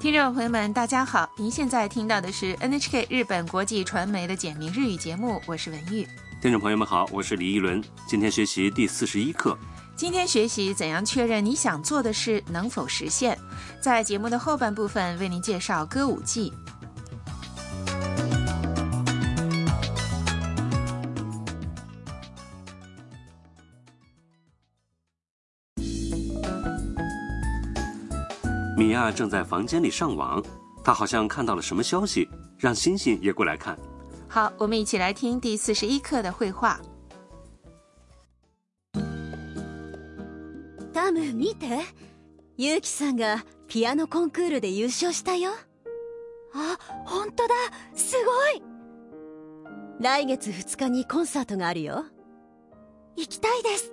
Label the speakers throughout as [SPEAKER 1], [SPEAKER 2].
[SPEAKER 1] 听众朋友们，大家好！您现在听到的是 NHK 日本国际传媒的简明日语节目，我是文玉。
[SPEAKER 2] 听众朋友们好，我是李一伦，今天学习第四十一课。
[SPEAKER 1] 今天学习怎样确认你想做的事能否实现，在节目的后半部分为您介绍歌舞伎。
[SPEAKER 2] 米娅正在房间里上网，她好像看到了什么消息，让星星也过来看。
[SPEAKER 1] 好，我们一起来听第四十一课的绘画。
[SPEAKER 3] タム見てユウキさんがピアノコンクールで優勝したよあ本当だすごい来月2日にコンサートがあるよ行きたいです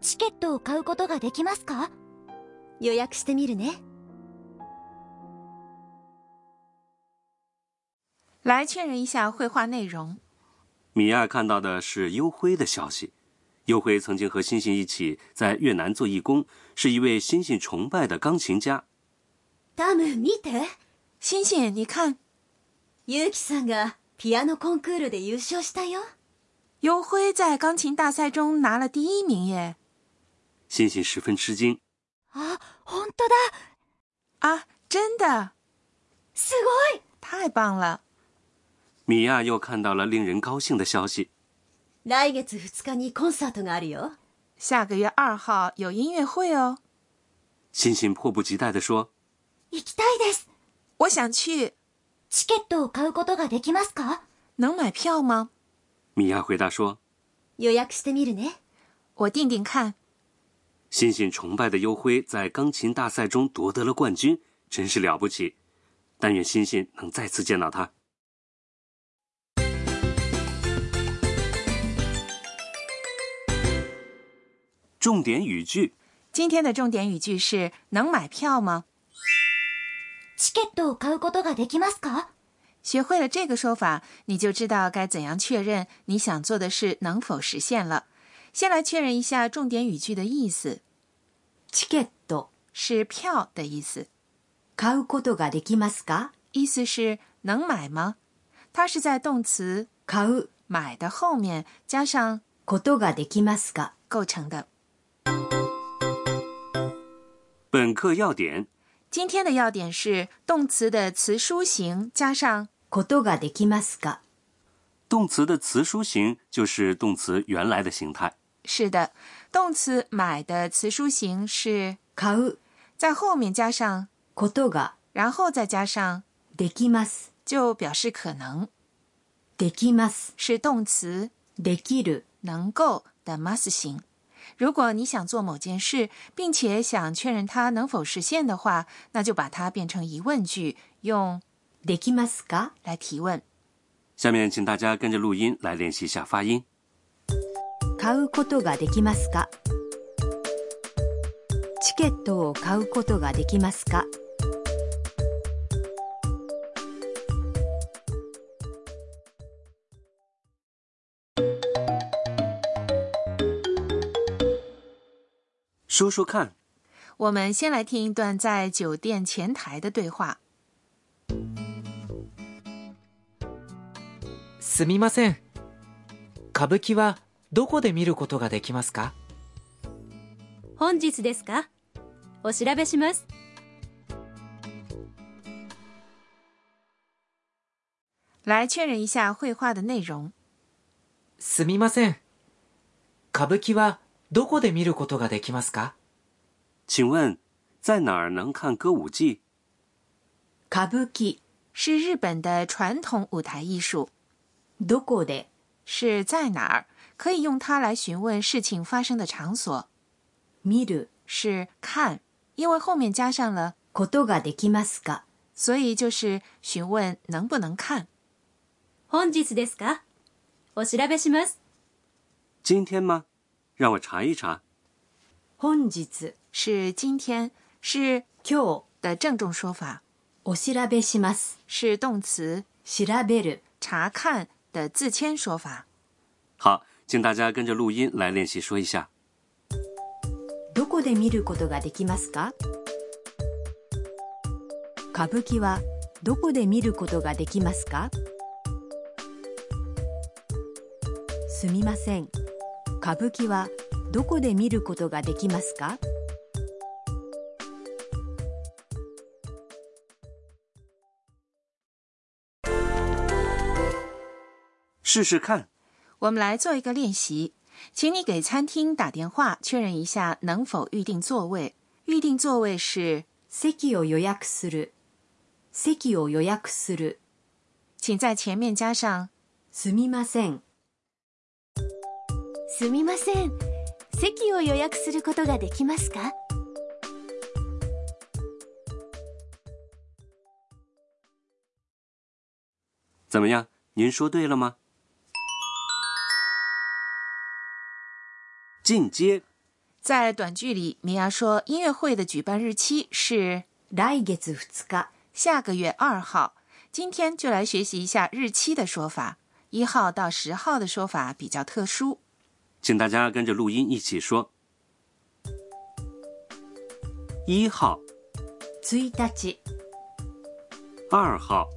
[SPEAKER 3] チケットを買うことができますか予約してみるね
[SPEAKER 1] 来确认一下绘画内容。
[SPEAKER 2] 米娅看到的是优辉的消息。优辉曾经和星星一起在越南做义工，是一位星星崇拜的钢琴家。
[SPEAKER 3] タム見て
[SPEAKER 1] 星星，你看，
[SPEAKER 3] ユウキさんがピアノコンクールで優勝したよ
[SPEAKER 1] 尤辉在钢琴大赛中拿了第一名耶！
[SPEAKER 2] 星星十分吃惊。
[SPEAKER 3] あ本当だ
[SPEAKER 1] 啊，真的，
[SPEAKER 3] すごい
[SPEAKER 1] 太棒了！
[SPEAKER 2] 米娅又看到了令人高兴的消息。
[SPEAKER 3] 来月2日にコンサートがあるよ
[SPEAKER 1] 下个月二号有音乐会哦，
[SPEAKER 2] 星星迫不及待地说
[SPEAKER 3] 行きたいです
[SPEAKER 1] 我想去，
[SPEAKER 3] チケットを買うことができますか
[SPEAKER 1] 能买票吗？：“
[SPEAKER 2] 米娅回答说，
[SPEAKER 3] 予約してみるね
[SPEAKER 1] 我定定看。
[SPEAKER 2] 星星崇拜的优辉在钢琴大赛中夺得了冠军，真是了不起。但愿星星能再次见到他。”重点语句：
[SPEAKER 1] 今天的重点语句是“能买票吗
[SPEAKER 3] チケットを買うことができますか?」
[SPEAKER 1] 学会了这个说法，你就知道该怎样确认你想做的事能否实现了。先来确认一下重点语句的意思，
[SPEAKER 3] チケット
[SPEAKER 1] 是票的意思，
[SPEAKER 3] 買うことができますか
[SPEAKER 1] 意思是能买吗？它是在动词
[SPEAKER 3] 買う
[SPEAKER 1] “买”的后面加上
[SPEAKER 3] ことができますか
[SPEAKER 1] 构成的。
[SPEAKER 2] 本课要点：
[SPEAKER 1] 今天的要点是动词的词书形加上
[SPEAKER 3] ことができますか
[SPEAKER 2] 动词的词书形就是动词原来的形态。
[SPEAKER 1] 是的，动词买的词书形是
[SPEAKER 3] 買う
[SPEAKER 1] 在后面加上，
[SPEAKER 3] ことが
[SPEAKER 1] 然后再加上，
[SPEAKER 3] できます
[SPEAKER 1] 就表示可能
[SPEAKER 3] できます
[SPEAKER 1] 是动词
[SPEAKER 3] できる
[SPEAKER 1] 能够的 must 形。如果你想做某件事，并且想确认它能否实现的话，那就把它变成疑问句，用
[SPEAKER 3] できますか
[SPEAKER 1] 来提问。
[SPEAKER 2] 下面请大家跟着录音来练习一下发音。
[SPEAKER 3] 買うことができますかチケットを買うことができますか
[SPEAKER 2] 说说看，
[SPEAKER 1] 我们先来听一段在酒店前台的对话。
[SPEAKER 4] すみません歌舞伎はどこで見ることができますか
[SPEAKER 3] 本日ですかお調べします
[SPEAKER 1] 来确认一下绘画的内容。
[SPEAKER 4] すみません歌舞伎はどこで見ることができますか
[SPEAKER 2] 请问在哪儿能看歌舞伎？
[SPEAKER 3] 歌舞伎
[SPEAKER 1] 是日本的传统舞台艺术，
[SPEAKER 3] どこです
[SPEAKER 1] 在哪儿？可以用它来询问事情发生的场所，
[SPEAKER 3] 見る
[SPEAKER 1] 是看，因为后面加上了，
[SPEAKER 3] ことができますか
[SPEAKER 1] 所以就是询问能不能看。
[SPEAKER 3] 本日ですかお調べします
[SPEAKER 2] 今天吗？让我查一查。
[SPEAKER 3] 本日
[SPEAKER 1] 是今天是
[SPEAKER 3] 今日
[SPEAKER 1] 的郑重说法，
[SPEAKER 3] お調べします
[SPEAKER 1] 是动词
[SPEAKER 3] 調べる
[SPEAKER 1] 查看的自谦说法。
[SPEAKER 2] 好，请大家跟着录音来练习说一下。
[SPEAKER 3] どこで見ることができますか歌舞伎はどこで見ることができますかすみません歌舞伎はどこで見ることができますか
[SPEAKER 2] 试试看。
[SPEAKER 1] 我们来做一个练习，请你给餐厅打电话确认一下能否预定座位。预定座位是，
[SPEAKER 3] 席を予約する席を予約する
[SPEAKER 1] 请在前面加上
[SPEAKER 3] すみません
[SPEAKER 5] すみません席を予約することができますか
[SPEAKER 2] 怎么样？您说对了吗？进阶
[SPEAKER 1] 在短句里，米娅说音乐会的举办日期是
[SPEAKER 3] 来月2日
[SPEAKER 1] 下个月二号。今天就来学习一下日期的说法，一号到十号的说法比较特殊。
[SPEAKER 2] 请大家跟着录音一起说。一号、
[SPEAKER 3] 1日
[SPEAKER 2] 二号、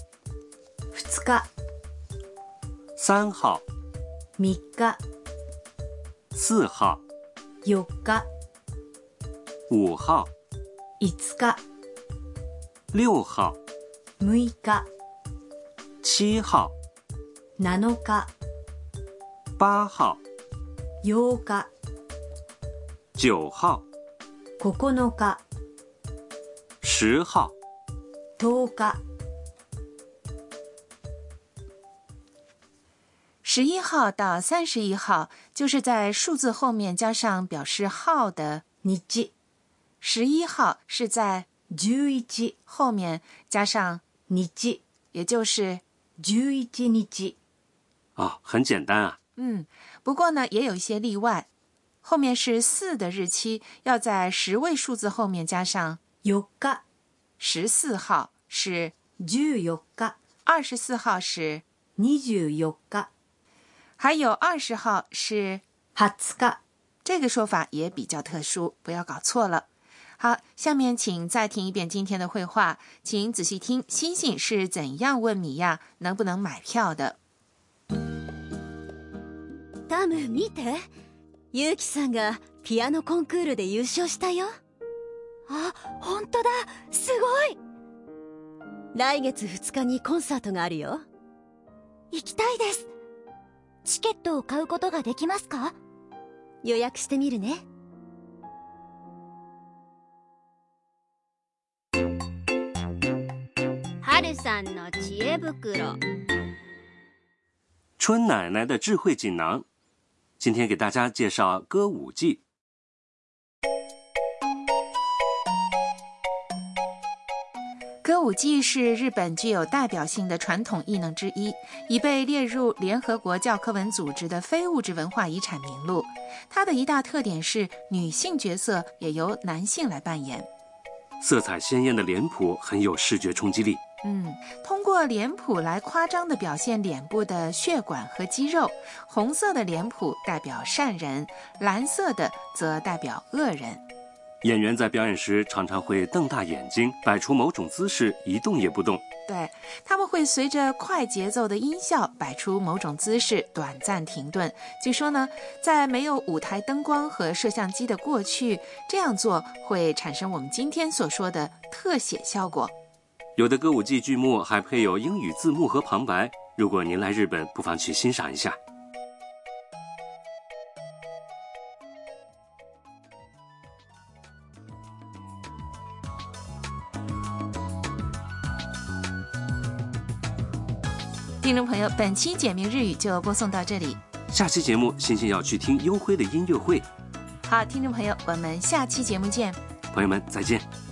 [SPEAKER 3] 2日
[SPEAKER 2] 三号、
[SPEAKER 3] 3日
[SPEAKER 2] 四号、
[SPEAKER 3] 4日
[SPEAKER 2] 五号、
[SPEAKER 3] 5日
[SPEAKER 2] 六号、
[SPEAKER 3] 6日
[SPEAKER 2] 七号、
[SPEAKER 3] 7日
[SPEAKER 2] 八号、
[SPEAKER 3] 8日
[SPEAKER 2] 九号、
[SPEAKER 3] 9日
[SPEAKER 2] 十号。
[SPEAKER 3] 10日
[SPEAKER 1] 十一号到三十一号，就是在数字后面加上表示号的
[SPEAKER 3] 日
[SPEAKER 1] 十一号是在
[SPEAKER 3] 11
[SPEAKER 1] 后面加上，
[SPEAKER 3] 日
[SPEAKER 1] 也就是
[SPEAKER 3] 11日
[SPEAKER 2] 啊，很简单啊。
[SPEAKER 1] 嗯，不过呢，也有一些例外。后面是四的日期，要在十位数字后面加上
[SPEAKER 3] 4日
[SPEAKER 1] 十四号是
[SPEAKER 3] 14日
[SPEAKER 1] 二十四号是，
[SPEAKER 3] 24日
[SPEAKER 1] 还有二十号是，
[SPEAKER 3] 20日
[SPEAKER 1] 这个说法也比较特殊，不要搞错了。好，下面请再听一遍今天的绘画，请仔细听星星是怎样问米娅能不能买票的。
[SPEAKER 5] ダム見てユウキさんがピアノコンクールで優勝したよあ本当だすごい来月2日にコンサートがあるよ行きたいですチケットを買うことができますか予約してみるね
[SPEAKER 6] はるさんの知恵袋
[SPEAKER 2] 春奶奶的智慧锦囊，今天给大家介绍歌舞伎。
[SPEAKER 1] 歌舞伎是日本具有代表性的传统艺能之一，已被列入联合国教科文组织的非物质文化遗产名录。它的一大特点是女性角色也由男性来扮演。
[SPEAKER 2] 色彩鲜艳的脸谱很有视觉冲击力。
[SPEAKER 1] 嗯，通过脸谱来夸张地表现脸部的血管和肌肉。红色的脸谱代表善人，蓝色的则代表恶人。
[SPEAKER 2] 演员在表演时常常会瞪大眼睛，摆出某种姿势，一动也不动。
[SPEAKER 1] 对，他们会随着快节奏的音效摆出某种姿势，短暂停顿。据说呢，在没有舞台灯光和摄像机的过去，这样做会产生我们今天所说的特写效果。
[SPEAKER 2] 有的歌舞伎剧目还配有英语字幕和旁白，如果您来日本，不妨去欣赏一下。
[SPEAKER 1] 听众朋友，本期简明日语就播送到这里。
[SPEAKER 2] 下期节目，欣欣要去听优辉的音乐会，
[SPEAKER 1] 好，听众朋友，我们下期节目见。
[SPEAKER 2] 朋友们再见。